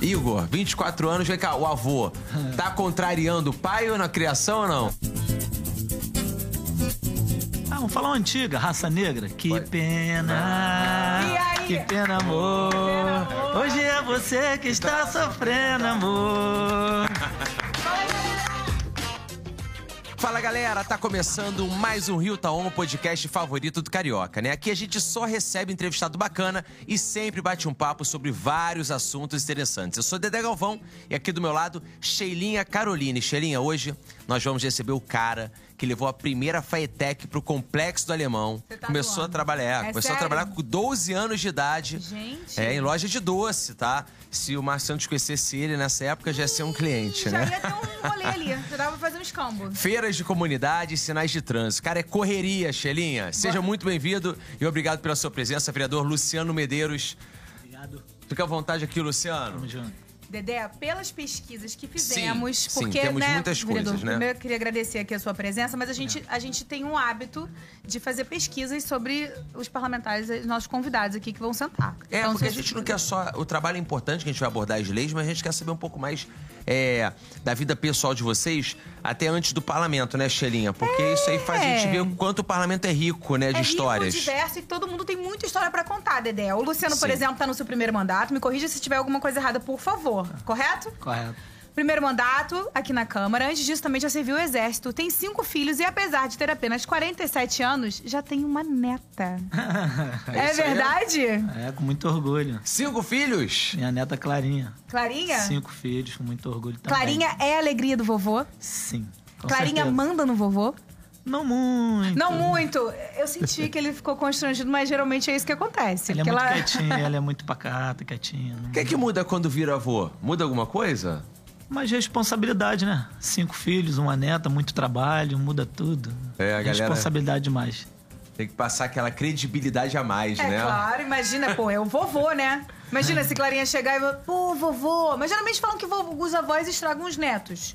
Igor, 24 anos, vem cá, o avô. Tá contrariando o pai ou na criação ou não? Ah, vamos falar uma antiga, raça negra. Que Pode. pena. E aí? Que pena, amor. Hoje é você que Tá. está sofrendo, amor. Fala galera, tá começando mais um Rio Taon, o podcast favorito do Carioca, né? Aqui a gente só recebe entrevistado bacana e sempre bate um papo sobre vários assuntos interessantes. Eu sou Dedé Galvão e aqui do meu lado, Sheilinha Caroline. Sheilinha, hoje nós vamos receber o cara que levou a primeira Faetec pro Complexo do Alemão. Você tá começou a zoando. trabalhar, É começou a sério? trabalhar com 12 anos de idade. Gente. É, em loja de doce, tá? Se o Márcio Santos conhecesse ele nessa época, já ia ser um cliente, Já né? ia ter um rolê ali. Já dava pra fazer um escambo. Feiras de comunidade e sinais de trânsito. Cara, é correria, Xelinha. Seja muito bem-vindo e obrigado pela sua presença, vereador Luciano Medeiros. Obrigado. Fica à vontade aqui, Luciano. Tamo junto. Dedé, pelas pesquisas que fizemos, Sim, sim, porque temos né, muitas vereador, coisas, né? É. Primeiro eu queria agradecer aqui a sua presença, mas a gente, a gente tem um hábito de fazer pesquisas sobre os parlamentares, os nossos convidados aqui que vão sentar. É, Então, porque a se- gente não quer só. O trabalho é importante que a gente vai abordar as leis, mas a gente quer saber um pouco mais é, da vida pessoal de vocês, até antes do parlamento, né, Xelinha? Porque isso aí faz a gente ver o quanto o parlamento é rico, né, de é histórias. Rico, diverso e todo mundo tem muita história pra contar, Dedé. O Luciano, por Sim. exemplo, tá no seu primeiro mandato. Me corrija se tiver alguma coisa errada, por favor. Correto? Correto. Primeiro mandato aqui na Câmara, antes disso também já serviu o Exército. Tem cinco filhos e, apesar de ter apenas 47 anos, já tem uma neta. É, isso aí, verdade? É, com muito orgulho. Cinco filhos? Minha neta Clarinha. Clarinha? Cinco filhos, com muito orgulho também. Clarinha é a alegria do vovô. Sim. com Clarinha certeza. manda no vovô. Não muito. Não muito. Eu senti que ele ficou constrangido, mas geralmente é isso que acontece. Ela é porque muito ela- quietinha, ela é muito pacata, quietinha. Não- O que é que muda quando vira avô? Muda alguma coisa? Mas responsabilidade, né? Cinco filhos, uma neta, muito trabalho, muda tudo. É, a galera- Responsabilidade demais. Tem que passar aquela credibilidade a mais, É né? claro, imagina, pô, é o vovô, né? Imagina se Clarinha chegar e falar, pô, vovô. Mas geralmente falam que vovô, os avós estragam os netos.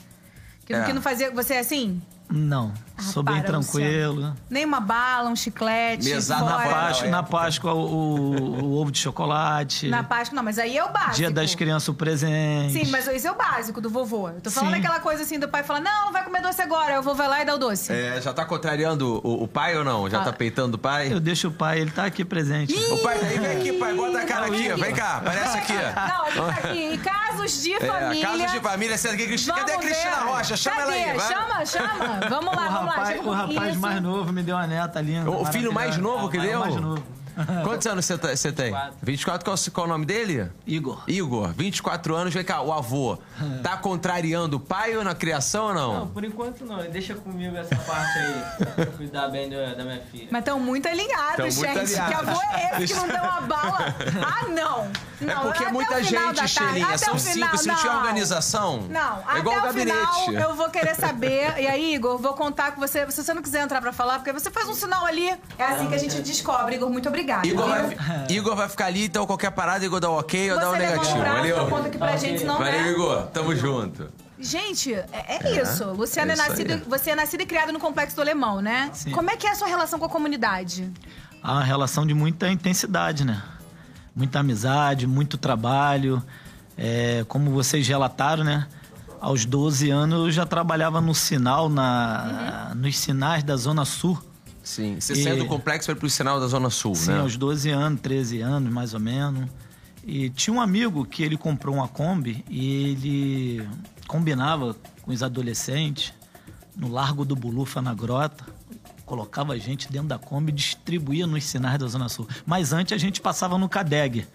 Que, É. que não fazia. Você é assim? Não, Ah, sou para, bem tranquilo. Nem uma bala, um chiclete. Mesada Na Fora. Páscoa, Não, é. na Páscoa o, o- o ovo de chocolate. Na Páscoa, não, mas aí é o básico. Dia das crianças, o presente. Sim, mas esse é o básico do vovô. Eu tô falando Sim. aquela coisa assim do pai falar: não, vai comer doce agora, eu vou vai lá e dar o doce. É, já tá contrariando o, o pai ou não? Já Ah. tá peitando o pai? Eu deixo o pai, ele tá aqui presente. O pai daí, vem aqui, pai, bota a cara aqui, vem cá, aparece aqui. Não, ele tá aqui. E casos de É, família. casos de família, senta aqui, Cristina. Vamos Cadê a Cristina ver. Rocha? Chama Cadê? ela aí, vai. Chama, chama. Vamos lá, o vamos lá. rapaz, Chega o com rapaz isso. mais novo me deu uma neta linda. O- o filho mais maravilhosa. novo que É, o deu? mais novo. Quantos anos você tá- você tem? 24. 24, qual, qual o nome dele? Igor. Igor, 24 anos, vem cá, o avô. Tá contrariando o pai ou na criação ou Não, não? por enquanto não. Deixa comigo essa parte aí. Cuidar bem da, da minha filha. Mas estão muito alinhados, Tão muito gente. Que alinhados. avô é esse que não deu a bala? Ah, não. não é porque é até muita o final da gente, tarde- Xelinha. até São o cinco. final, Se não tiver não. organização, Não, é igual o até o gabinete. final eu vou querer saber. E aí, Igor, vou contar com você. Se você não quiser entrar pra falar, porque você faz um sinal ali. É assim que a gente descobre, Igor. Muito obrigada. Igor, viu? vai, Igor vai ficar ali, então qualquer parada, Igor dá o ok ou você dá o levanta negativo. um braço, Valeu. conta aqui pra gente, senão, né? Valeu, Igor. Tamo junto. Gente, é, é isso. Luciano é é, isso nascido, aí. você é nascido e criado no Complexo do Alemão, né? Sim. Como é que é a sua relação com a comunidade? Há uma relação de muita intensidade, né? Muita amizade, muito trabalho. É, como vocês relataram, né? Aos 12 anos eu já trabalhava no sinal, na, nos sinais da Zona Sul. Sim. Você E- saiu do complexo para pro sinal da Zona Sul, Sim, né? aos 12 anos, 13 anos, mais ou menos. E tinha um amigo que ele comprou uma Kombi e ele combinava com os adolescentes no Largo do Bulufa, na grota. Colocava a gente dentro da Kombi e distribuía nos sinais da Zona Sul. Mas antes a gente passava no Cadeg.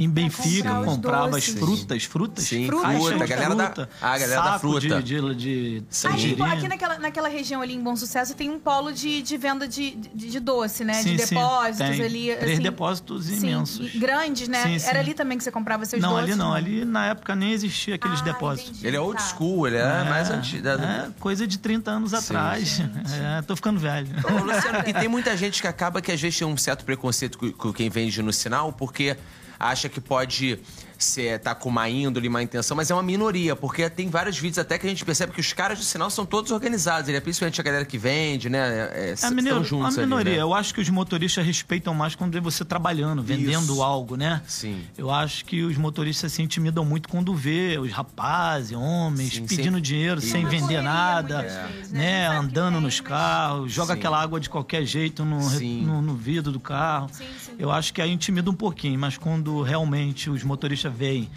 Em Benfica, comprar os comprava as doces. frutas, frutas. Sim, caixa de fruta, a galera da- a galera da saco fruta. De, de, de Aí, pô, tangerina. Ah, tipo aqui naquela, naquela região ali em Bom Sucesso tem um polo de, de venda de, de, de doce, né? Sim, de sim, depósitos tem. ali. Três assim. depósitos imensos. Sim, grandes, né? Sim, sim. Era ali também que você comprava seus não, doces? ali não. Ali na época nem existia aqueles Ah, depósitos. entendi, Ele é old tá. school, ele é, mais né? antigo. É, coisa de 30 anos atrás. É, tô ficando velho. Ô, Luciano, e tem muita gente que acaba que às vezes tem um certo preconceito com, com quem vende no sinal, porque acha que pode ser, tá com uma índole, má intenção, mas é uma minoria, porque tem vários vídeos até que a gente percebe que os caras do sinal são todos organizados. Ele é principalmente a galera que vende, né? É, É s- a, minor- estão juntos a ali, né? minoria. é Eu acho que os motoristas respeitam mais quando vê você trabalhando, vendendo Isso. algo, né? Sim. Eu acho que os motoristas se intimidam muito quando vê os rapazes, homens, Sim, pedindo sem- dinheiro Sim. sem Uma vender correria, nada, muitas vezes, né? né? A gente sabe que Andando tem, nos mas- carros, joga Sim. aquela água de qualquer jeito no, re- Sim. no, no vidro do carro. Sim, sim. Eu acho que aí intimida um pouquinho, mas quando realmente os motoristas veem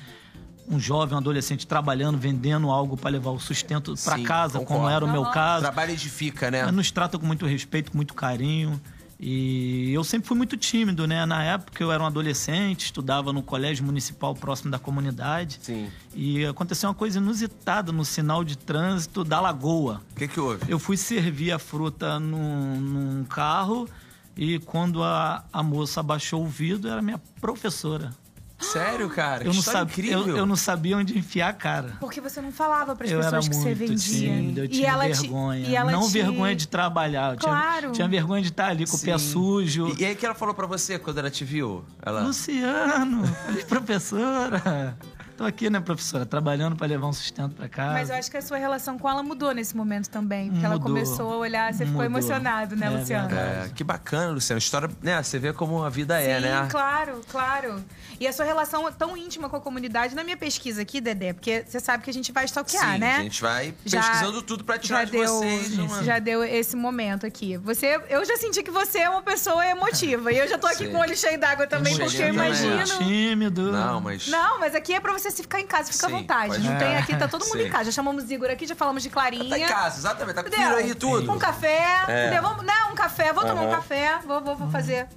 um jovem, um adolescente trabalhando, vendendo algo para levar o sustento para Sim, casa, como concordo. era o meu Aham. O caso, trabalho edifica, né? mas nos trata com muito respeito, com muito carinho. E eu sempre fui muito tímido, né? Na época eu era um adolescente, estudava no colégio municipal próximo da comunidade. Sim. E aconteceu uma coisa inusitada no sinal de trânsito da Lagoa. O que que houve? Eu fui servir a fruta num, num carro e quando a, a moça abaixou o vidro, era minha professora. Sério, cara? eu, É que não história sab- incrível. eu- eu não sabia onde enfiar a cara. Porque você não falava pras Eu era pessoas muito que você vendia. tímido, eu tinha e ela te- vergonha. e ela não te- vergonha de trabalhar. Eu tinha- Claro. tinha, vergonha de estar ali com o pé Sim. sujo. E, e aí o que ela falou pra você quando ela te viu? Ela... Luciano, falei, professora. Tô aqui, né, professora? Trabalhando para levar um sustento para casa. Mas eu acho que a sua relação com ela mudou nesse momento também. Porque ela Mudou. começou a olhar, você ficou Mudou. emocionado, né, É Luciano? verdade. É, que bacana, Luciano. História, né? Você vê como a vida é, Sim, né? claro, claro. E a sua relação é tão íntima com a comunidade na minha pesquisa aqui, Dedé, porque você sabe que a gente vai stalkear, Sim, né? a gente vai Já- pesquisando tudo pra tirar de vocês. né, uma- já deu esse momento aqui. Você, eu já senti que você é uma pessoa emotiva. E eu já tô aqui Sim. Um com o olho cheio d'água também, Emotiva porque eu também, imagino. acho. Tímido. é Não, mas... Não, mas aqui é pra você se ficar em casa, fica à Sim, vontade. pode Não ficar. tem aqui, tá todo mundo Sim. em casa. Já chamamos Igor aqui, já falamos de Clarinha. Tá em casa, exatamente. Tá com Entendeu? filho aí e tudo. Um café. É. Entendeu? Vamos, né? Um café. Vou tomar um Aham. Hum. café. Vou, vou, vou fazer.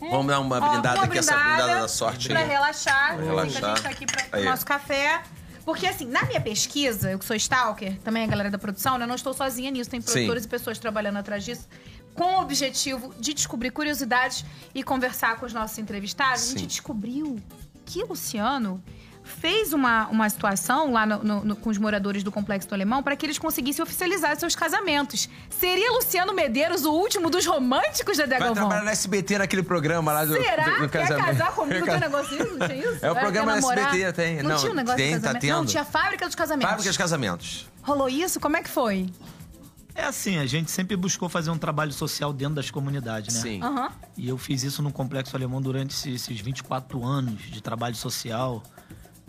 Vamos dar uma Ó, blindada uma aqui, essa blindada da sorte Pra aí. relaxar. Pra relaxar. Fica a gente tá aqui pra, pro Aí. nosso café. Porque, assim, na minha pesquisa, eu que sou stalker, também a galera da produção, né? eu não estou sozinha nisso. Tem Sim. produtores e pessoas trabalhando atrás disso. Com o objetivo de descobrir curiosidades e conversar com os nossos entrevistados. A Sim. gente descobriu que o Luciano fez uma, uma situação lá no- no- no- com os moradores do Complexo do Alemão para que eles conseguissem oficializar seus casamentos. Seria Luciano Medeiros o último dos românticos, Dedé Vai Galvão? trabalhar no SBT naquele programa lá do, do, Será? é do Quer casamento. casar comigo? Tem um negocinho? Não tinha isso? É o Vai programa quer da namorar? SBT, tem. Não, Não, tinha um negócio tem, tá de casamento? Não, tendo. tinha a fábrica dos casamentos. Fábrica de é casamentos. Rolou isso? Como é que foi? É assim, a gente sempre buscou fazer um trabalho social dentro das comunidades, né? Sim. Aham. E eu fiz isso no Complexo Alemão durante esses- esses 24 anos de trabalho social.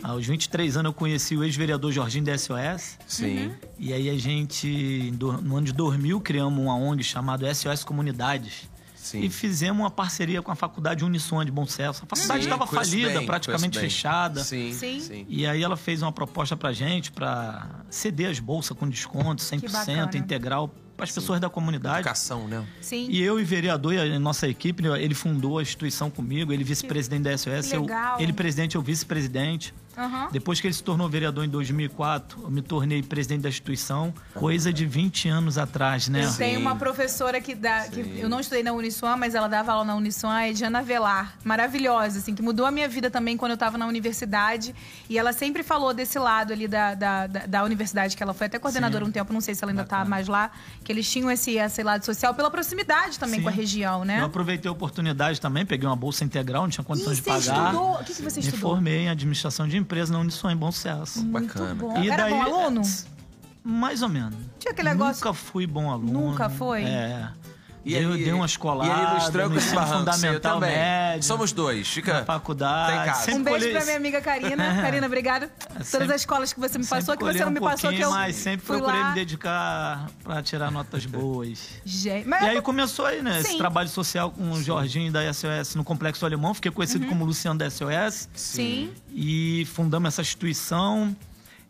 Aos 23 anos eu conheci o ex-vereador Jorginho da SOS. Sim. Uhum. E aí a gente, em do- no ano de 2000, criamos uma ONG chamada SOS Comunidades. Sim. E fizemos uma parceria com a Faculdade Unison de Bom Sucesso. A faculdade Sim, estava conheço falida, bem, praticamente conheço bem. fechada. Sim, Sim. sim. E aí ela fez uma proposta pra gente pra ceder as bolsas com desconto, bacana. 100% integral para as pessoas da comunidade. Educação, né? Sim. E eu e vereador e a nossa equipe, né, ele fundou a instituição comigo, ele vice-presidente da SOS, que eu, legal. ele presidente, eu vice-presidente. Aham. Depois que ele se tornou vereador em 2004, eu me tornei presidente da instituição, coisa de 20 anos atrás, né? Eu tenho Sim. uma professora que dá. Que eu não estudei na Uniswan, mas ela dava aula na Uniswan, a Ediana Velar. Maravilhosa, assim, que mudou a minha vida também quando eu tava na universidade. E ela sempre falou desse lado ali da, da, da, da universidade, que ela foi até coordenadora um tempo, não sei se ela ainda tá mais lá, que eles tinham esse, esse lado social pela proximidade também Sim. com a região, Eu né? aproveitei a oportunidade também, peguei uma bolsa integral, não tinha condição Ih, de você pagar. estudou? O que, que você Me estudou? formei em administração de empresa na Unison em Bom Sucesso. Muito Bacana. bom. E Uhum. Era daí- é, bom aluno? Mais ou menos. Tinha aquele negócio- Nunca fui bom aluno. Nunca foi? É. E eu aí- dei uma E escolada. ele ilustrou com no esse ensino barranco. eu fundamental também. médio. Somos dois. Fica. na Tá faculdade. em casa. É, Sempre Um beijo colhei- pra minha amiga Karina. Karina, obrigada. Todas sempre- as escolas que você me sempre passou, que você colhei não me um passou, que pouquinho, eu. Mas sempre fui procurei lá. me dedicar pra tirar notas boas. Gente, mas E aí começou aí, né? É, Sim. Esse trabalho social com o Jorginho da SOS no Complexo Alemão. Fiquei Uhum. conhecido como Luciano da SOS. Sim. e fundamos essa instituição.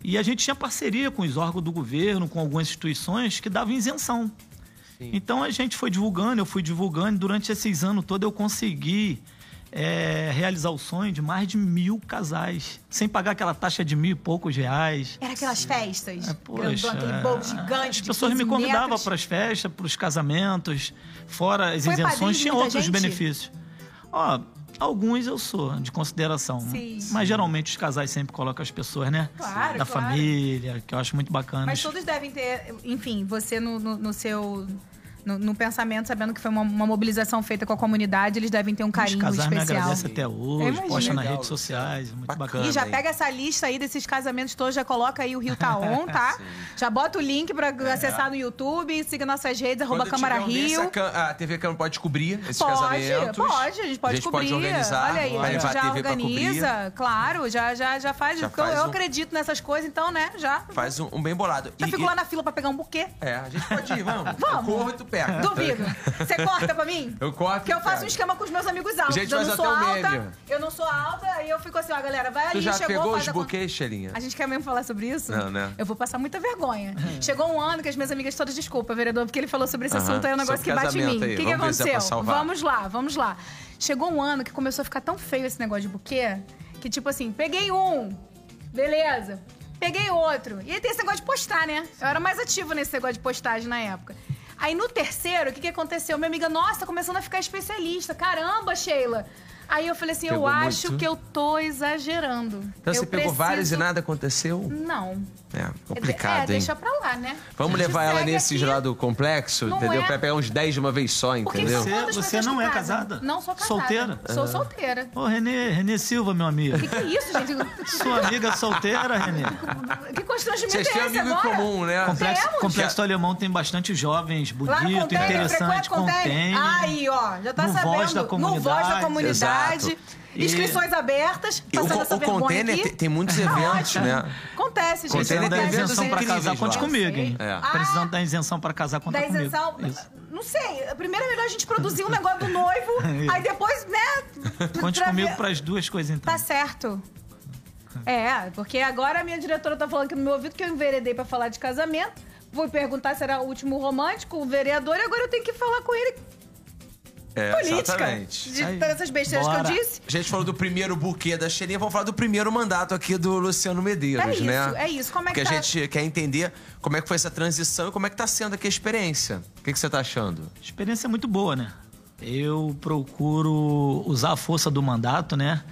E a gente tinha parceria com os órgãos do governo, com algumas instituições que davam isenção. Então a gente foi divulgando, eu fui divulgando. e Durante esses anos todos eu consegui eh, realizar o sonho de mais de mil casais, sem pagar aquela taxa de mil e poucos reais. Era aquelas festas. É, grandão, aquele bolo gigante. as de pessoas 15 me convidavam metros. para as festas, para os casamentos, fora as Foi padrinho isenções, de tinha muita outros gente? benefícios. Ó, alguns eu sou de consideração, né? Sim. mas geralmente os casais sempre colocam as pessoas, né? Claro, da claro. família, que eu acho muito bacana. Mas todos devem ter. Enfim, você no, no- no seu. no, no pensamento, sabendo que foi uma, uma mobilização feita com a comunidade, eles devem ter um Os carinho casais me especial. agradecem até Eu hoje, imagino. posta nas Legal, redes sociais, é muito Bacana. bacana. E já Amém. pega essa lista aí desses casamentos todos, já coloca aí o Rio Tá On, tá? já bota o link pra É. acessar no YouTube, siga nossas redes, arroba Quando Câmara tiver um desse, Rio. a Cam- a TV Câmara pode cobrir esses Pode, casamentos. pode, a gente pode A gente cobrir. pode organizar, Olha aí, vai a levar a gente já TV pra organiza, claro, já, já, já faz. Já porque eu- faz eu um- acredito nessas coisas, então, né? Já. Faz um, um bem bolado. Já E- fico e- lá na fila pra pegar um buquê. É, a gente pode ir, vamos. Vamos. Eu corro Tá e tu pega. Duvido. Você corta pra mim? Eu corto. Porque eu faço um cara. esquema com os meus amigos altos. Gente, eu faz não até sou um alta, meme. eu não sou alta, aí eu fico assim, ó, galera, vai ali, Tu já chegou, pegou faz os a conta. buquês, Xelinha? A gente quer mesmo falar sobre isso? é. Não, né? Eu vou passar muita vergonha. Uhum. Chegou um ano que as minhas amigas todas, desculpa, vereador, porque ele falou sobre esse Aham, assunto, aí é um negócio sobre que bate em mim. casamento aí, O que, que vamos ver se dá pra aconteceu? salvar. Vamos lá, vamos lá. Chegou um ano que começou a ficar tão feio esse negócio de buquê, que tipo assim, peguei um, beleza. Peguei outro. E aí tem esse negócio de postar, né? Eu era mais ativo nesse negócio de postagem na época. Aí no terceiro, o que, que aconteceu? Minha amiga, nossa, tá começando a ficar especialista. Caramba, Sheila! Aí eu falei assim, eu Pegou acho muito. que eu tô exagerando. Então eu você pegou preciso- vários e nada aconteceu? Não. É, é, complicado, hein? deixa pra lá, né? Vamos A gente levar ela segue nesses aqui, lá do complexo, Não entendeu? é. Pra pegar uns 10 de uma vez só, porque são entendeu? Você- poucas você pessoas não que é casam. casada? Não sou casada. Solteira? Sou solteira. Ô, Renê, Renê Silva, meu amigo. Que que é isso, gente? Sua amiga solteira, Renê. Que constrangimento Vocês é esse têm amigo em agora? comum, né? Complexo, Temos. complexo do Alemão tem bastante jovens, Lá no bonito, container, interessante, frequente contém. container. Aí, ó, já tá No sabendo. Voz da no Voz Comunidade. da Comunidade. Exato. Inscrições abertas. E O, Passando essa o vergonha container aqui. Tá tem, tem muitos eventos, ótimo. né? Acontece, gente. Container Precisando tem da acontece. eventos isenção pra incríveis casar, conte lá. comigo, hein? É. Precisando da isenção pra casar, conta Da comigo. isenção. Isso. Não sei. Primeiro é melhor a gente produzir um negócio do noivo, aí depois, né? Conte pra comigo ver- pras duas coisas, então. Tá certo. É, porque agora a minha diretora tá falando aqui no meu ouvido que eu enveredei pra falar de casamento. Vou perguntar se era o último romântico, o vereador, e agora eu tenho que falar com ele É, política. exatamente. De Aí. todas essas besteiras Bora. que eu disse. A gente falou do primeiro buquê da Xelinha, vamos falar do primeiro mandato aqui do Luciano Medeiros, É isso, né? é isso. Como é que Porque tá? a gente quer entender como é que foi essa transição e como é que tá sendo aqui a experiência. O que, que você tá achando? experiência muito boa, né? Eu procuro usar a força do mandato, né?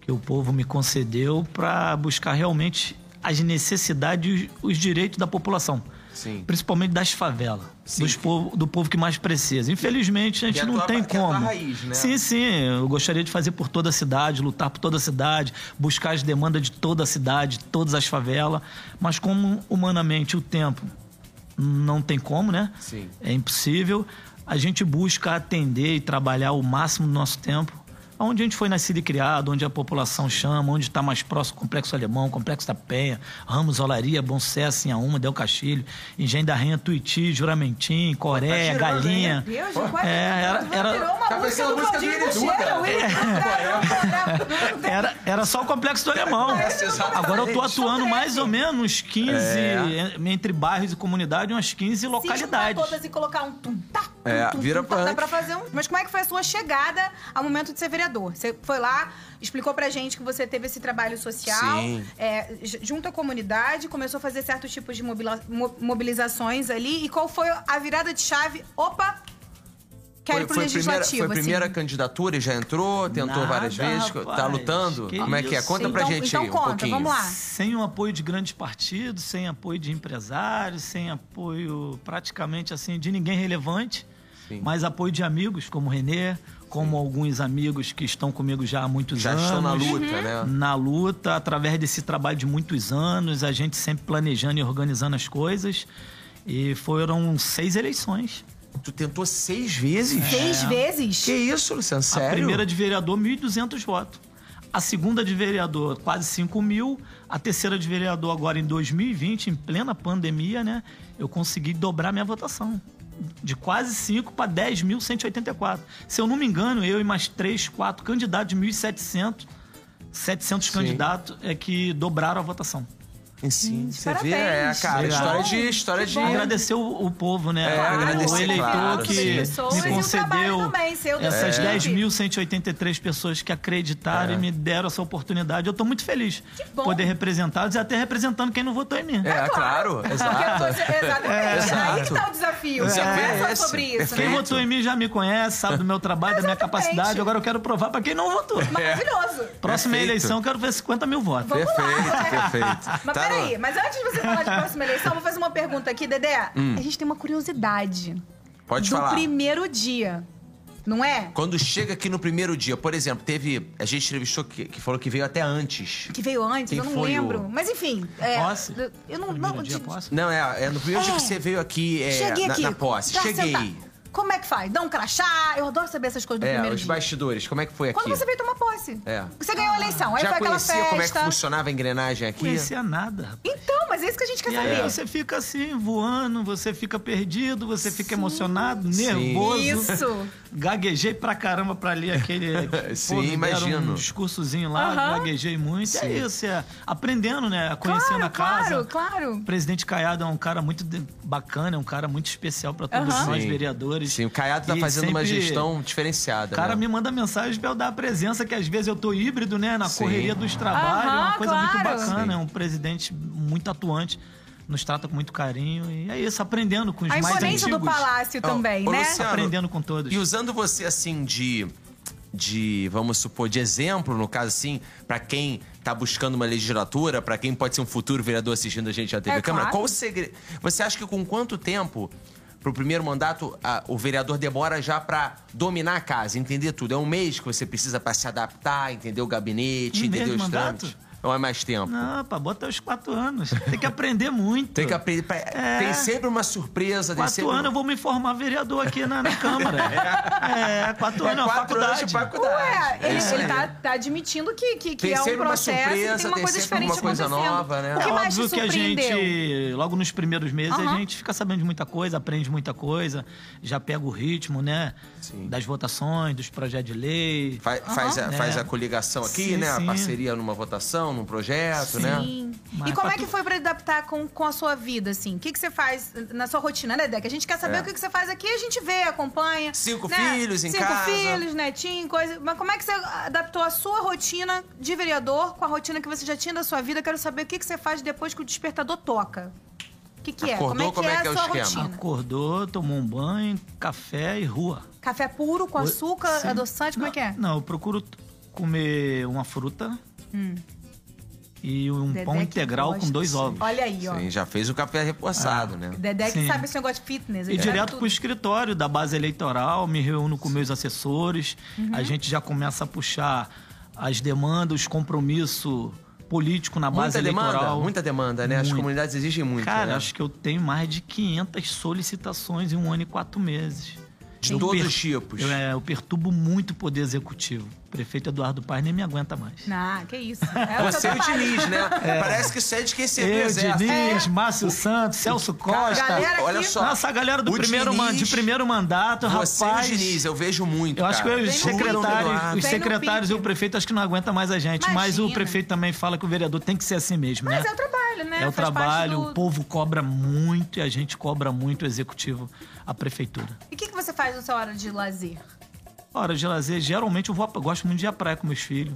Que o povo me concedeu para buscar realmente as necessidades e os direitos da população. Sim. Principalmente das favelas. Sim. Dos povo, do povo que mais precisa. Infelizmente, a gente Que é a não tua- tem que é a tua como. raiz, né? Sim, sim. Eu gostaria de fazer por toda a cidade, lutar por toda a cidade, buscar as demandas de toda a cidade, todas as favelas. Mas como humanamente o tempo não tem como, né? Sim. É impossível. A gente busca atender e trabalhar o máximo do nosso tempo. Onde a gente foi nascido e criado, onde a população chama, onde está mais próximo, Complexo Alemão, Complexo da Penha, Ramos, Olaria, Bom Sucesso, Inhaúma, Del Castilho, Engenho da Renha, Tuiti, Juramentim, Coreia, girando, Galinha. Meu Deus, quase- É, era- era- É. virou uma Tá música parecendo do a música Claudinho do Edu, Teixeira. cara. o Edu. Era, era só o Complexo do Alemão. exatamente. Agora eu tô atuando mais ou menos uns 15, É. en- entre bairros e comunidade, umas 15 Se juntar localidades. todas e colocar um tum, tá, tum, É, tum, vira tum, tá, dá punk. pra fazer um. Mas como é que foi a sua chegada ao momento de ser vereador? Você foi lá, explicou pra gente que você teve esse trabalho social, Sim. é, j- junto à comunidade, começou a fazer certos tipos de mobila- mo- mobilizações ali. E qual foi a virada de chave? Opa! Quero ir pro foi, a primeira, foi legislativo. a primeira assim. candidatura e já entrou, tentou Nada, várias vezes, tá rapaz, lutando? que Como é que é? isso. Conta pra Então- gente então aí um conta, pouquinho. vamos lá. Sem o apoio de grandes partidos, sem apoio de empresários, sem apoio praticamente assim de ninguém relevante, Sim. mas apoio de amigos como o Renê, como alguns amigos que estão comigo já há muitos Já anos. estão na luta, Uhum. né? Na luta, através desse trabalho de muitos anos, a gente sempre planejando e organizando as coisas. E foram seis eleições. Tu tentou seis vezes? Seis vezes? É. Que isso, Luciano? Sério? É. A primeira de vereador, 1.200 votos. A segunda de vereador, quase 5 mil. A terceira de vereador, agora em 2020, em plena pandemia, né? Eu consegui dobrar minha votação. De quase 5 para 10.184. Se eu não me engano, eu e mais 3, 4 candidatos de 1.700, 700 Sim. candidatos é que dobraram a votação. Em si, você parabéns. vê, é, cara, Legal. história de... História Que de... bom. Agradecer o, o povo, né? É, O- agradecer, o eleitor claro, que sim. Pessoas me e o trabalho concedeu também, seu, da essas sua equipe. 10.183 pessoas que É. acreditaram e me deram essa oportunidade. Eu estou muito feliz de bom. poder representá-los e até representando quem não votou em mim. É, claro. Exato. Porque você- Exatamente. Aí que tá o desafio. O desafio Conversa é esse. sobre isso, Quem Perfeito. né? votou em mim já me conhece, sabe do meu trabalho, da minha Exatamente. capacidade. Agora eu quero provar para quem não votou. Maravilhoso. É. Próxima Perfeito. eleição eu quero ver 50 mil votos. Vamos Perfeito, lá. perfeito. Mas Tá no- peraí, mas antes de você falar de próxima eleição, eu vou fazer uma pergunta aqui, Dedé. A gente tem uma curiosidade. Hum. Pode do falar. primeiro dia. Não é? Quando chega aqui no primeiro dia, por exemplo, teve. A gente entrevistou que, que falou que veio até antes. Que veio antes, Quem eu não foi lembro. o- Mas enfim. É, Posse? Eu não. Primeiro não dia, de- posse? Não, é, é no primeiro dia É. que você veio aqui é, Cheguei na, aqui. na posse. tá Cheguei. sentado. Como é que faz? Dá um crachá? Eu adoro saber essas coisas do É, primeiro os dia. bastidores, como é que foi aqui? Quando você veio tomar posse. É. Você ganhou a eleição, aí Já foi aquela conhecia festa. como é que funcionava a engrenagem aqui? Conhecia nada, rapaz. Então, mas é isso que a gente quer E saber. aí você fica assim, voando, você fica perdido, você fica emocionado, é nervoso. Isso. Gaguejei pra caramba pra ler aquele. Sim, me deram imagino. Um discursozinho lá, Aham. gaguejei muito. É Sim. isso, é aprendendo, né? Conhecendo a Claro, casa. claro, claro. O presidente Caiado é um cara muito de- bacana, é um cara muito especial pra todos Aham. nós Sim. vereadores. Sim, o Caiado tá E fazendo uma sempre gestão diferenciada. O cara né? me manda mensagem pra eu dar a presença, que às vezes eu tô híbrido, né? Na Sim. correria dos trabalhos. é uma Aham, coisa muito claro. bacana. Sim. É um presidente muito atuante. Nos trata com muito carinho. E é isso, aprendendo com os A mais imponência do antigos. palácio Ó, também, ô, né? Luciano, Aprendendo com todos. E usando você assim de de, vamos supor, de exemplo, no caso assim, pra quem tá buscando uma legislatura, pra quem pode ser um futuro vereador assistindo a gente na TV É Câmara, claro. qual o segredo? Você acha que com quanto tempo pro primeiro mandato a- o vereador demora já pra dominar a casa, entender tudo? É um mês que você precisa pra se adaptar, entender o gabinete, Um mês entender de os mandato? trâmites? Não é mais tempo. Não, pá, bota os quatro anos. Tem que aprender muito. Tem que aprender. pra- É. Tem sempre uma surpresa. tem Quatro sempre... um anos eu vou me formar vereador aqui na, na Câmara. É, quatro É anos, é uma quatro anos de faculdade. faculdade. É Ué, ele, isso ele aí. tá, tá admitindo que, que, que Tem é um sempre uma processo e tem surpresa, uma tem coisa sempre diferente uma coisa acontecendo. nova, né? O que é mais te óbvio que a surpreendeu? gente, logo nos primeiros meses, a Aham. gente fica sabendo de muita coisa, aprende muita coisa, já pega o ritmo, né? Sim. Das votações, dos projetos de lei. Fa- Faz, a, Aham. faz É. a coligação aqui, Sim, né? A sim. parceria numa votação, num projeto, né? Sim. Mas e como pra é que tu- foi pra adaptar com, com a sua vida, assim? O que, que você faz na sua rotina, né, Deca? A gente quer saber É. o que, que você faz aqui, a gente vê, acompanha. Cinco né? filhos em Cinco casa. filhos, netinho, coisa. Mas como é que você adaptou a sua rotina de vereador com a rotina que você já tinha da sua vida? Quero saber o que, que você faz depois que o despertador toca. O que, que é? Acordou, como é que é a o sua esquema? rotina? Acordou, tomou um banho, café e rua. Café puro, com açúcar, Sim. adoçante, como é que é? Não, eu procuro t- comer uma fruta e um Hum. Dedé pão que integral gosta. com dois ovos. Olha aí, ó. Sim, já fez o café reforçado, Ah, né? Dedé que Sim. sabe esse negócio de fitness. E ele sabe direto É tudo. pro escritório da base eleitoral, me reúno com meus assessores, a gente já começa a puxar as demandas, os compromissos político na base Muita demanda, eleitoral. muita demanda, né? As Muito. comunidades exigem muito, Cara, né? acho que eu tenho mais de 500 solicitações em um ano e quatro meses. De todos per- os tipos. Eu, é, eu perturbo muito o poder executivo. O prefeito Eduardo Paz nem me aguenta mais. Ah, que isso. É o seu Você e o trabalho. Diniz, né? Parece que isso é de quem serviu o Eu, exército. Diniz, Márcio Santos, Celso Costa. galera Olha aqui- só. Nossa, a galera do o primeiro, Diniz, man- de primeiro mandato, Você rapaz. e o Diniz, eu vejo muito, Eu acho que cara. os Tem no secretários, pique. os Tem no secretários e o pique. prefeito acho que não aguenta mais a gente. Mas o Imagina. prefeito também fala que o vereador tem que ser assim mesmo, Mas né? é o trabalho, né? É o Faz parte trabalho, do- o povo cobra muito e a gente cobra muito o executivo, a prefeitura. E o que, que você faz na sua hora de lazer? Hora de lazer, geralmente eu vou, à- eu gosto muito de ir à praia com meus filhos,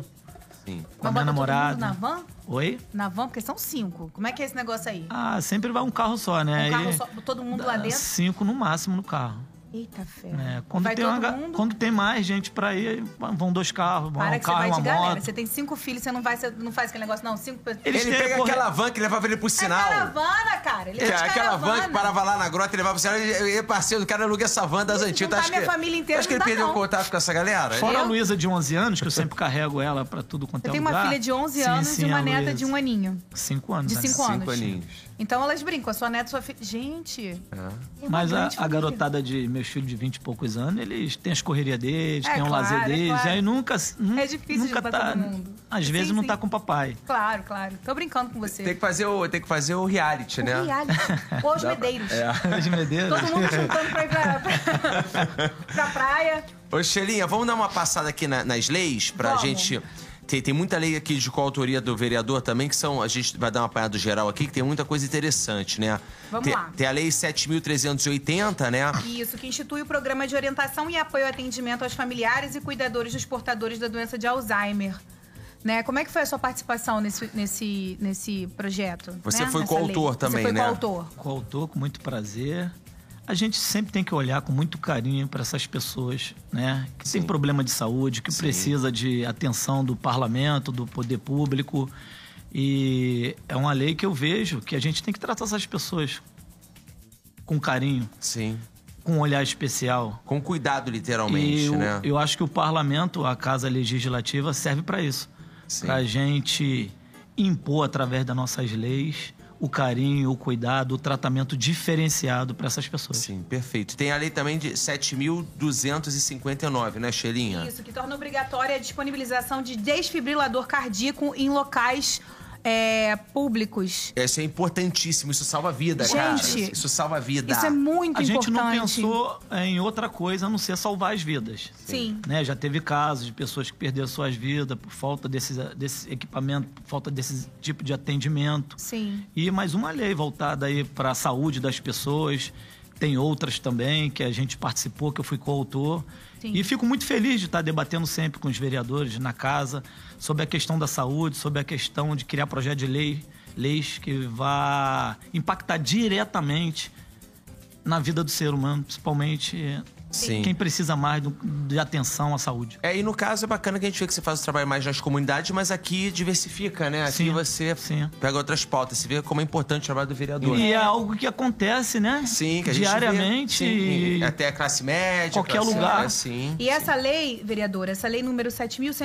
Sim. com a Mas minha bota todo namorada. mundo na van? Oi? Na van, porque são cinco. Como é que é esse negócio aí? Ah, sempre vai um carro só, né? um carro Aí, só, todo mundo lá ah, dentro? Cinco no máximo no carro. Eita, fé. né? Quando, vai tem todo uma ga- mundo? quando tem mais gente pra ir, aí vão dois carros, Para um que você vai carro e uma de galera. moto. Você tem cinco filhos, você não, vai, você não faz aquele negócio, não. Cinco pessoas. Eles Ele têm a pega corre- aquela van que levava ele pro É sinal. caravana, cara. Ele Que- é de Aquela van que caravana. parava lá na grota e levava pro sinal. E e, parceiro, o cara aluga essa van das Isso, antigas. tá juntar Acho tá minha que- família inteira Acho que não ele dá, perdeu não. contato com essa galera. Fora a Eu? Luísa de 11 anos, que eu sempre carrego ela pra tudo quanto Eu é tenho lugar. uma filha de 11 Sim, anos sim, e uma a neta Luísa. de um aninho. Cinco anos, De né? cinco Cinco anos. aninhos. Então elas brincam. A sua neta, sua filha... Gente... é uma Mas a, grande a família. garotada de meus filhos de 20 e poucos anos, eles têm as correrias deles, É têm o claro, lazer é deles, claro. aí nunca. nun- É difícil nunca juntar tá, todo mundo. Às Sim, vezes não sim. tá com o papai. Claro, claro. Tô brincando com você. Tem que fazer o, tem que fazer o reality, O né? reality. Ou os Dá pra- é. medeiros. As medeiras. Todo mundo juntando pra ir pra, pra, pra praia. Ô, Xelinha, vamos dar uma passada aqui na- nas leis pra Vamos. gente. Tem, tem muita lei aqui de coautoria do vereador também, que são. A gente vai dar uma apanhada geral aqui, que tem muita coisa interessante, né? Vamos tem, lá. tem a lei 7.380, né? Isso, que institui o programa de orientação e apoio ao atendimento aos familiares e cuidadores dos portadores da doença de Alzheimer. Né? Como é que foi a sua participação nesse, nesse, nesse projeto? Você né? foi Nessa coautor lei? também, Você foi né? coautor. Com o autor, com muito prazer. A gente sempre tem que olhar com muito carinho para essas pessoas, né? Que tem problema de saúde, que precisa de atenção do parlamento, do poder público. E é uma lei que eu vejo que a gente tem que tratar essas pessoas com carinho. Sim. com um olhar especial. Com cuidado, literalmente, E eu, né? eu acho que o parlamento, a casa legislativa, serve para isso. Sim. Para a gente impor, através das nossas leis, o carinho, o cuidado, o tratamento diferenciado para essas pessoas. Sim, perfeito. Tem a lei também de 7.259, né, É. Xelinha? Isso, que torna obrigatória a disponibilização de desfibrilador cardíaco em locais é, públicos. Isso é importantíssimo, isso salva vida, cara. Gente, Isso salva vida. Isso é muito a importante. gente não pensou em outra coisa a não ser salvar as vidas. Sim. Né, Já teve casos de pessoas que perderam suas vidas por falta desse, desse equipamento, por falta desse tipo de atendimento. Sim. E mais uma lei voltada aí para a saúde das pessoas. Tem outras também que a gente participou, que eu fui coautor. Sim. E fico muito feliz de estar debatendo sempre com os vereadores na casa sobre a questão da saúde, sobre a questão de criar projeto de lei, leis que vá impactar diretamente na vida do ser humano, principalmente eh, Sim. quem precisa mais do- de atenção à saúde. É, e no caso é bacana que a gente vê que você faz o trabalho mais nas comunidades, mas aqui diversifica, né? Aqui Sim, você sim. pega outras pautas, você vê como é importante o trabalho do vereador. E é algo que acontece, né? Sim, que a gente vê. Diariamente. Sim, e- até a classe média, Qualquer classe- lugar. é, sim. E essa lei, vereadora, essa lei número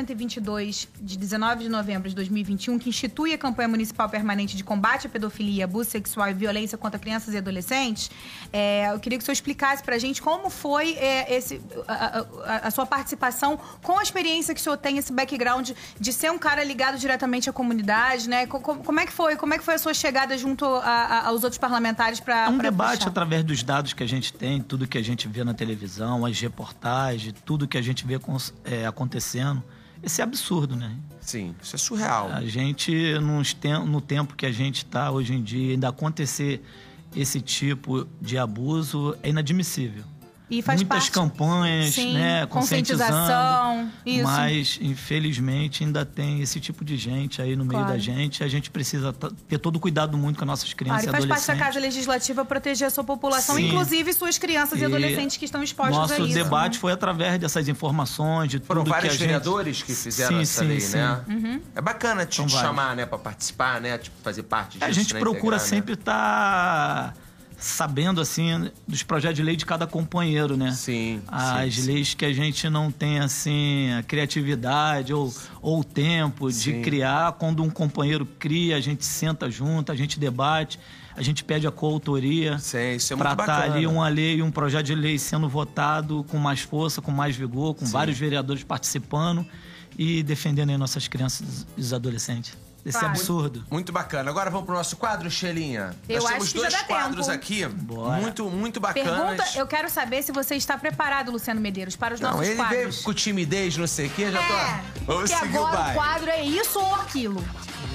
7.122, de 19 de novembro de 2021, que institui a campanha municipal permanente de combate à pedofilia, abuso sexual e violência contra crianças e adolescentes, é, eu queria que o senhor explicasse pra gente como foi é, esse, a, a- a- a sua participação com a experiência que o senhor tem, esse background de ser um cara ligado diretamente à comunidade, né? Co- co- Como, é que foi? Como é que foi a sua chegada junto a- a- aos outros parlamentares pra. É um pra debate puxar? através dos dados que a gente tem, tudo que a gente vê na televisão, as reportagens, tudo que a gente vê cons- é, acontecendo. Esse é absurdo, né? Sim, isso é surreal. A gente, nos tem- no tempo que a gente está hoje em dia, ainda acontecer esse tipo de abuso é inadmissível. E faz Muitas parte- campanhas, Sim, né? Conscientizando. conscientização, isso. Mas, infelizmente, ainda tem esse tipo de gente aí no meio Claro. da gente. A gente precisa ta- ter todo o cuidado do mundo com as nossas crianças Claro, e e faz parte da adolescentes. Casa Legislativa proteger a sua população, Sim. inclusive suas crianças e, E adolescentes que estão expostos a Nosso isso. debate né? foi através dessas informações, de Foram tudo vários que a gente... vereadores que fizeram Sim, essa sim, lei, sim. né? Uhum. É bacana te, São te vários. chamar, né, pra participar, né? Tipo, fazer parte disso, A gente né, procura integrar, né? sempre estar sabendo, assim, dos projetos de lei de cada companheiro, né? Sim, As sim, sim. leis que a gente não tem, assim, a criatividade ou, ou o tempo de Sim. criar. Quando um companheiro cria, a gente senta junto, a gente debate, a gente pede a coautoria. Sim, isso é pra muito estar bacana. ali uma lei, um projeto de lei sendo votado com mais força, com mais vigor, com vários vereadores participando e defendendo aí nossas crianças e os adolescentes. Esse Tá. Claro. absurdo. Muito bacana. Agora vamos pro nosso quadro, Xelinha. Eu Nós acho temos que já dois dá quadros tempo. aqui Bora. muito, muito bacanas. Pergunta, eu quero saber se você está preparado, Luciano Medeiros, para os Não, nossos ele quadros. veio com timidez, não sei o quê, já É, tô... Vamos que seguir o agora o baile. quadro é isso ou aquilo.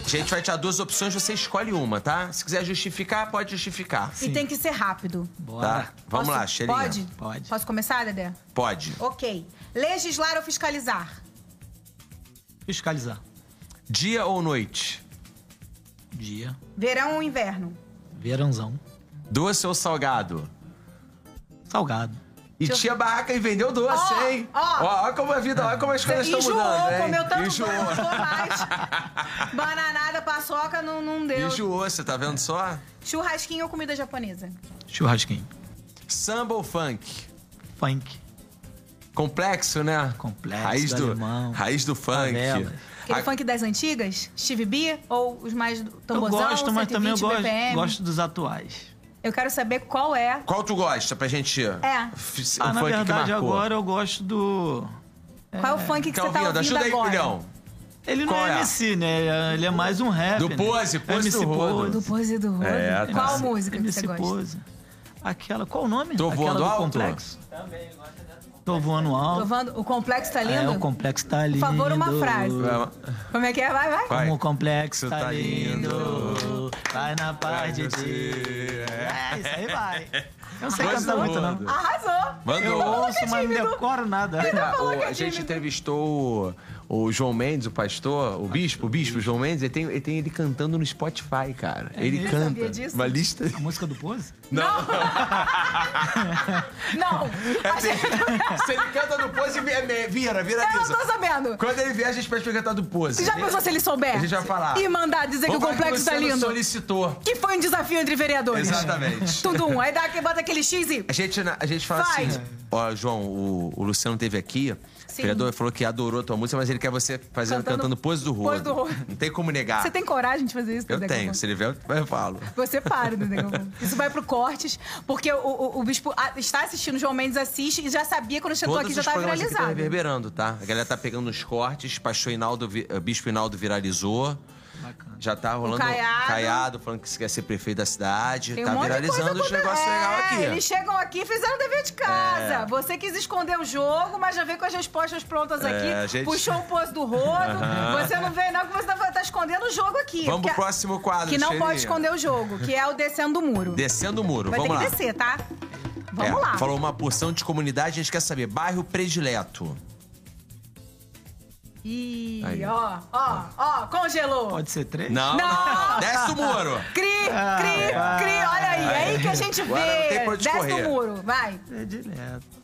A gente vai te dar duas opções, você escolhe uma, tá? Se quiser justificar, pode justificar. E tem que ser rápido. Bora. Tá? Vamos Posso- lá, Xelinha. Pode? Pode. Posso começar, Dedé? Pode. Ok. Legislar ou fiscalizar? Fiscalizar. Dia ou noite? Dia. Verão ou inverno? Verãozão. Doce ou salgado? Salgado. E Deixa eu- tinha barraca e vendeu doce, Ó, hein? ó. ó, ó como a vida, ó como as coisas estão Enjoou, mudando, hein? comeu tanto Enjoou. pão, não sou mais. Bananada, paçoca, não, não deu. Enjoou, você tá vendo só? Churrasquinho ou comida japonesa? Churrasquinho. Samba ou funk? Funk. Complexo, né? Complexo, Raiz do, alemão, raiz do funk. favela. Aquele A- funk das antigas? Steve B ou os mais Eu tambozão? gosto, mas também eu 120 gosto, BPM? gosto dos atuais. Eu quero saber qual é. Qual tu gosta pra gente? É. F- O Ah, na funk que verdade, marcou. agora eu gosto do. Qual é o funk que você tá Calvinho, ouvindo ajuda aí, agora? filhão. Ele não Qual é? é MC, né? Ele é mais um rap. Do né? Pose, Pose MC do Rodo. Pose. Do Pose do Rodo? É, tá. Qual música que MC você gosta? Pose. Aquela, qual o nome? Tô Aquela voando do alto? Complexo. Também, gosta dessa. Tô voando alto. Provando, o complexo tá lindo? É, o complexo tá Por lindo. favor, uma frase. É, Como é que é? Vai, vai. Vai. Como o complexo Tá tá lindo. lindo. Vai na paz de ti. É, isso aí vai. Eu não sei cantar muito, não. Arrasou. Eu Mandou. ouço, mas não decoro nada. Ah, falou o- que é a gente tímido. entrevistou o, o João Mendes, o pastor, o bispo, o bispo, o João Mendes, ele tem, ele tem ele cantando no Spotify, cara. Ele mesmo? canta. É, Sabia disso? Uma lista. A música do Pose? Não, Não. é assim, se ele canta no pose, vi- é- vira, vira Eu não isso. tô sabendo. Quando ele vier, a gente pede pra ele cantar do pose. Você já pensou se ele souber? A gente vai falar. E mandar dizer Vamos que o falar complexo tá Luciano lindo. solicitou. Que foi um desafio entre veredores. Exatamente. Tudum. Aí dá, bota aquele X e. A gente, a gente fala Vai. assim, ó, João, o, o Luciano teve aqui, Sim. o vereador falou que adorou a tua música, mas ele quer você fazendo, Cantando cantando, Pose do Rodo. Pose do Rodo. Não tem como negar. Você tem coragem de fazer isso, Eu Dedé tenho, Galvão? se ele vier, eu falo. Você para, Dedé Galvão. Isso vai pro cortes, porque o, o, o bispo ah, está assistindo, o João Mendes assiste e já sabia quando chegou Todos aqui, já os tá programas aqui estão viralizado. reverberando, tá? A galera tá pegando os cortes, pastor Inaldo, vi- eh, Bispo Inaldo viralizou. Já tá rolando Caiado. falando que quer ser prefeito da cidade. Tem um tá monte de coisa viralizando os contra- negócios É, legais aqui. É. Eles chegam aqui e fizeram o dever de casa. Você quis esconder o jogo, mas já veio com as respostas prontas aqui. É, a gente- Puxou o poço do rodo. Você não veio, não, que você tá, tá escondendo o jogo aqui. Vamos que, pro próximo quadro, Que não pode Cheirinha. esconder o jogo, que é o descendo o muro. Descendo o muro, Vai ter vamos lá. que descer, tá? Vamos É, lá. Falou uma porção de comunidade, a gente quer saber. Bairro predileto. Ih, Aí. ó, ó, ó, congelou. Pode ser três? Não, não, Não. não. Desce o muro. Cri, cri, cri, olha aí. É aí que a gente Agora não tem pra vê. onde Desce correr. do muro, vai. Predileto. É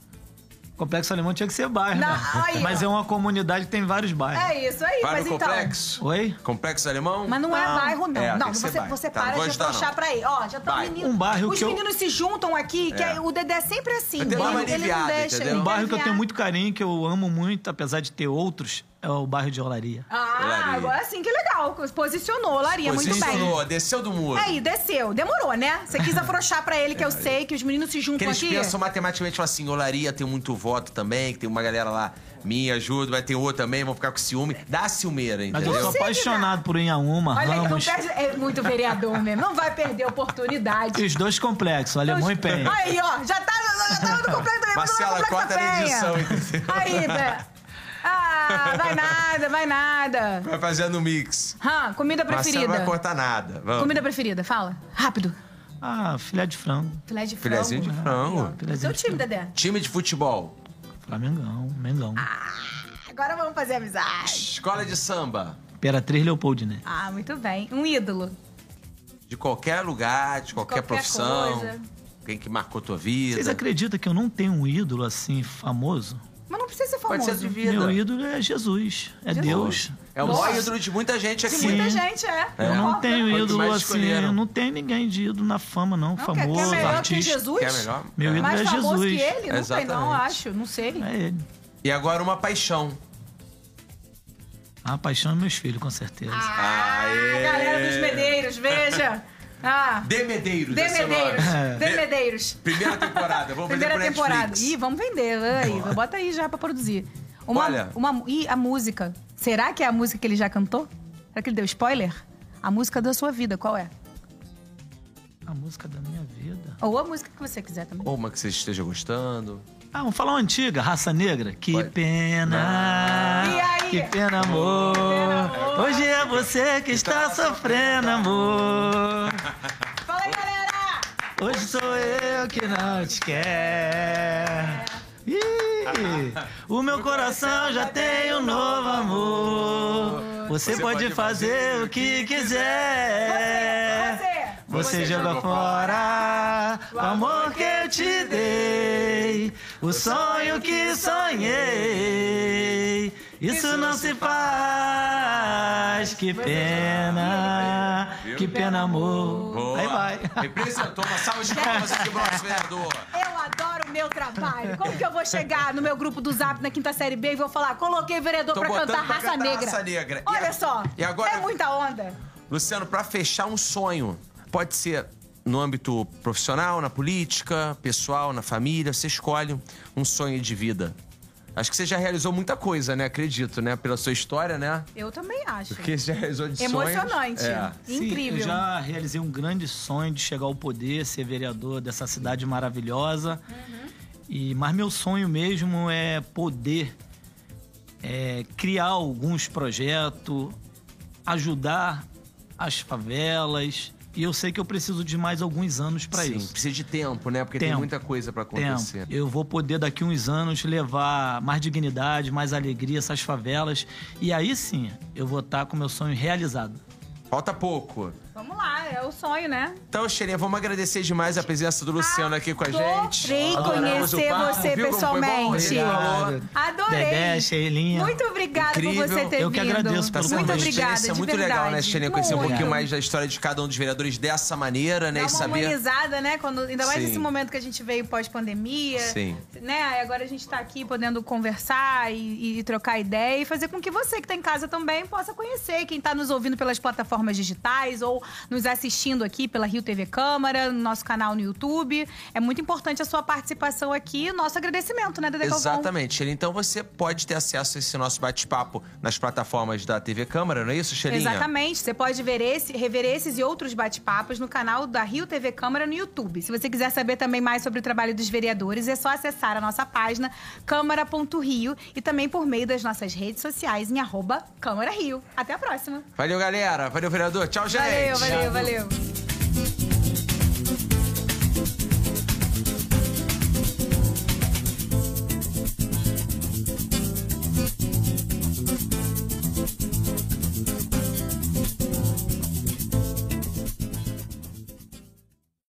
Complexo Alemão tinha que ser bairro, Não, né? aí, Mas ó. é uma comunidade que tem vários bairros. É isso aí, Vai mas no então. complexo? Oi? Complexo alemão? Mas não, é bairro, não. É, não, tem que ser você, bairro. você Tá, para não vou de ajudar, não. afrouxar pra aí. Ó, já tá Vai. menino. Um bairro Os que eu- meninos se juntam aqui, que aí o Dedé é sempre assim. Dedé dá uma aliviada, entendeu? Um Quero bairro que eu aliviar. tenho muito carinho, que eu amo muito, apesar de ter outros, é o bairro de Olaria. Ah, Olaria. agora sim, que legal. Posicionou, Laria, muito bem. É Posicionou, desceu do muro. Aí, desceu. Demorou, né? Você quis afrouxar pra É ele, que eu sei que os meninos se Que juntam eles aqui. pensam matematicamente, falam assim, olaria tem muito voto também, que tem uma galera lá, minha ajuda, vai ter outro também, vão ficar com ciúme. Dá ciumeira, Mas eu entendeu? sou Consigo, apaixonado por Inhaúma, Olha aí, não Ramos. perde. É muito vereador mesmo. Não vai perder a E oportunidade. os dois complexos, Alemão e Penha. Então, Aí, ó, já tá, já tá no completo do Marcela, corta na edição, entendeu? Aí, Bé. Ah, vai nada, vai nada. Vai fazendo mix. Hã, comida Marcela preferida. não vai cortar nada. Vamos. Comida preferida, fala. Rápido. Ah, filé de frango. Filé de frango. Filezinho de frango. Seu time, Dedé. Time de futebol. Flamengão, Mengão. Ah. Agora vamos fazer amizade. Escola de samba. Imperatriz Leopoldine. Ah, muito bem. Um ídolo. De qualquer lugar, de qualquer, qualquer profissão. coisa. Quem que marcou tua vida. Vocês acreditam que eu não tenho um ídolo assim famoso? Mas não precisa ser Pode famoso. ser de vida. Meu ídolo é Jesus, é Deus. É o maior Nossa. ídolo de muita gente aqui. De muita Sim. gente, é. Eu não Concorda? tenho Quanto ídolo mais assim, escolheram. eu não tenho ninguém de ídolo na fama, não. Não, quer, quer famoso, melhor que artista. Jesus? Quer melhor? Meu ídolo Mais é famoso Jesus. que ele? Não sei, não, Exatamente. acho. Não sei. É ele. E agora uma paixão. A paixão é meus filhos, com certeza. Ah, Aê. galera dos Medeiros, veja. Ah, De Medeiros. de essa Medeiros. hora. De Medeiros. Primeira temporada. Vamos fazer Primeira pro temporada. Netflix. Ih, vamos vender. Aí, bota aí já pra produzir. Uma, Olha. Uma, ih, a música. Será que é a música que ele já cantou? Será que ele deu spoiler? A música da sua vida, qual é? A música da minha vida. Ou a música que você quiser também. Ou uma que você esteja gostando. Ah, vamos falar uma antiga, Raça Negra. Que Pode. pena, E aí? que pena, amor. Hoje é você que está sofrendo, amor. Fala aí, galera! Hoje sou eu que não te quer. Ih, o meu coração já tem um novo amor. Você, Você pode pode fazer fazer o que quiser. Você jogou fora o amor que eu te dei, o sonho que sonhei. Isso não se faz, que pena, que pena, amor. Boa. Aí vai. Representou uma salva de palmas aqui pro nosso vereador. Eu adoro o meu trabalho. Como que eu vou chegar no meu grupo do Zap na quinta série B e vou falar, coloquei vereador Tô pra botando cantar pra Raça cantar Negra? Raça Negra. E Olha a- só, e agora- é muita onda. Luciano, pra fechar um sonho, pode ser no âmbito profissional, na política, pessoal, na família, você escolhe um sonho de vida. Acho que você já realizou muita coisa, né? Acredito, né? Pela sua história, né? Eu também acho. Porque você já realizou de sonhos. Emocionante. É. Incrível. Sim, eu já realizei um grande sonho de chegar ao poder, ser vereador dessa cidade maravilhosa. E mas meu sonho mesmo é poder é, criar alguns projetos, ajudar as favelas. E eu sei que eu preciso de mais alguns anos para Sim, isso. Precisa de tempo, né? Porque tem Tempo. muita coisa pra acontecer. Tempo. Eu vou poder daqui uns anos levar mais dignidade, mais alegria a essas tá favelas. E aí sim, eu vou estar com meu sonho realizado. Falta pouco. Vamos lá, é o sonho, né? Então, Xerinha, vamos agradecer demais a presença do Luciano aqui com a gente. Adorei Adoramos o conhecer papo. você Viu como foi bom? pessoalmente. Ele falou. Obrigado. Adorei. Dedé, Sheilinha. Muito obrigada Incrível. por você ter Eu que vindo. agradeço Tá pelo sendo Muito uma convite. obrigada, experiência de muito verdade. legal, né, Xenia? Conhecer um Muito. pouquinho mais da história de cada um dos vereadores dessa maneira, né? Dá e uma saber. humanizada, né? Quando, ainda mais Sim. nesse momento que a gente veio pós-pandemia. Sim. Né? Aí Agora a gente tá aqui podendo conversar e, e trocar ideia e fazer com que você que tá em casa também possa conhecer quem tá nos ouvindo pelas plataformas digitais ou nos assistindo aqui pela Rio TV Câmara, no nosso canal no YouTube. É muito importante a sua participação aqui e nosso agradecimento, né, Dede Exatamente, Xenia. Então você pode ter acesso a esse nosso bate-papo nas plataformas da TV Câmara, não é isso, Xenia? Exatamente. Você pode ver esse, rever esses e outros bate-papos no canal da Rio TV Câmara no YouTube. Se você quiser saber também mais sobre o trabalho dos vereadores, é só acessar a nossa página câmara.rio e também por meio das nossas redes sociais em arroba Câmara Rio. Até a próxima. Valeu, galera. Valeu, vereador. Tchau, gente. Valeu, valeu, valeu.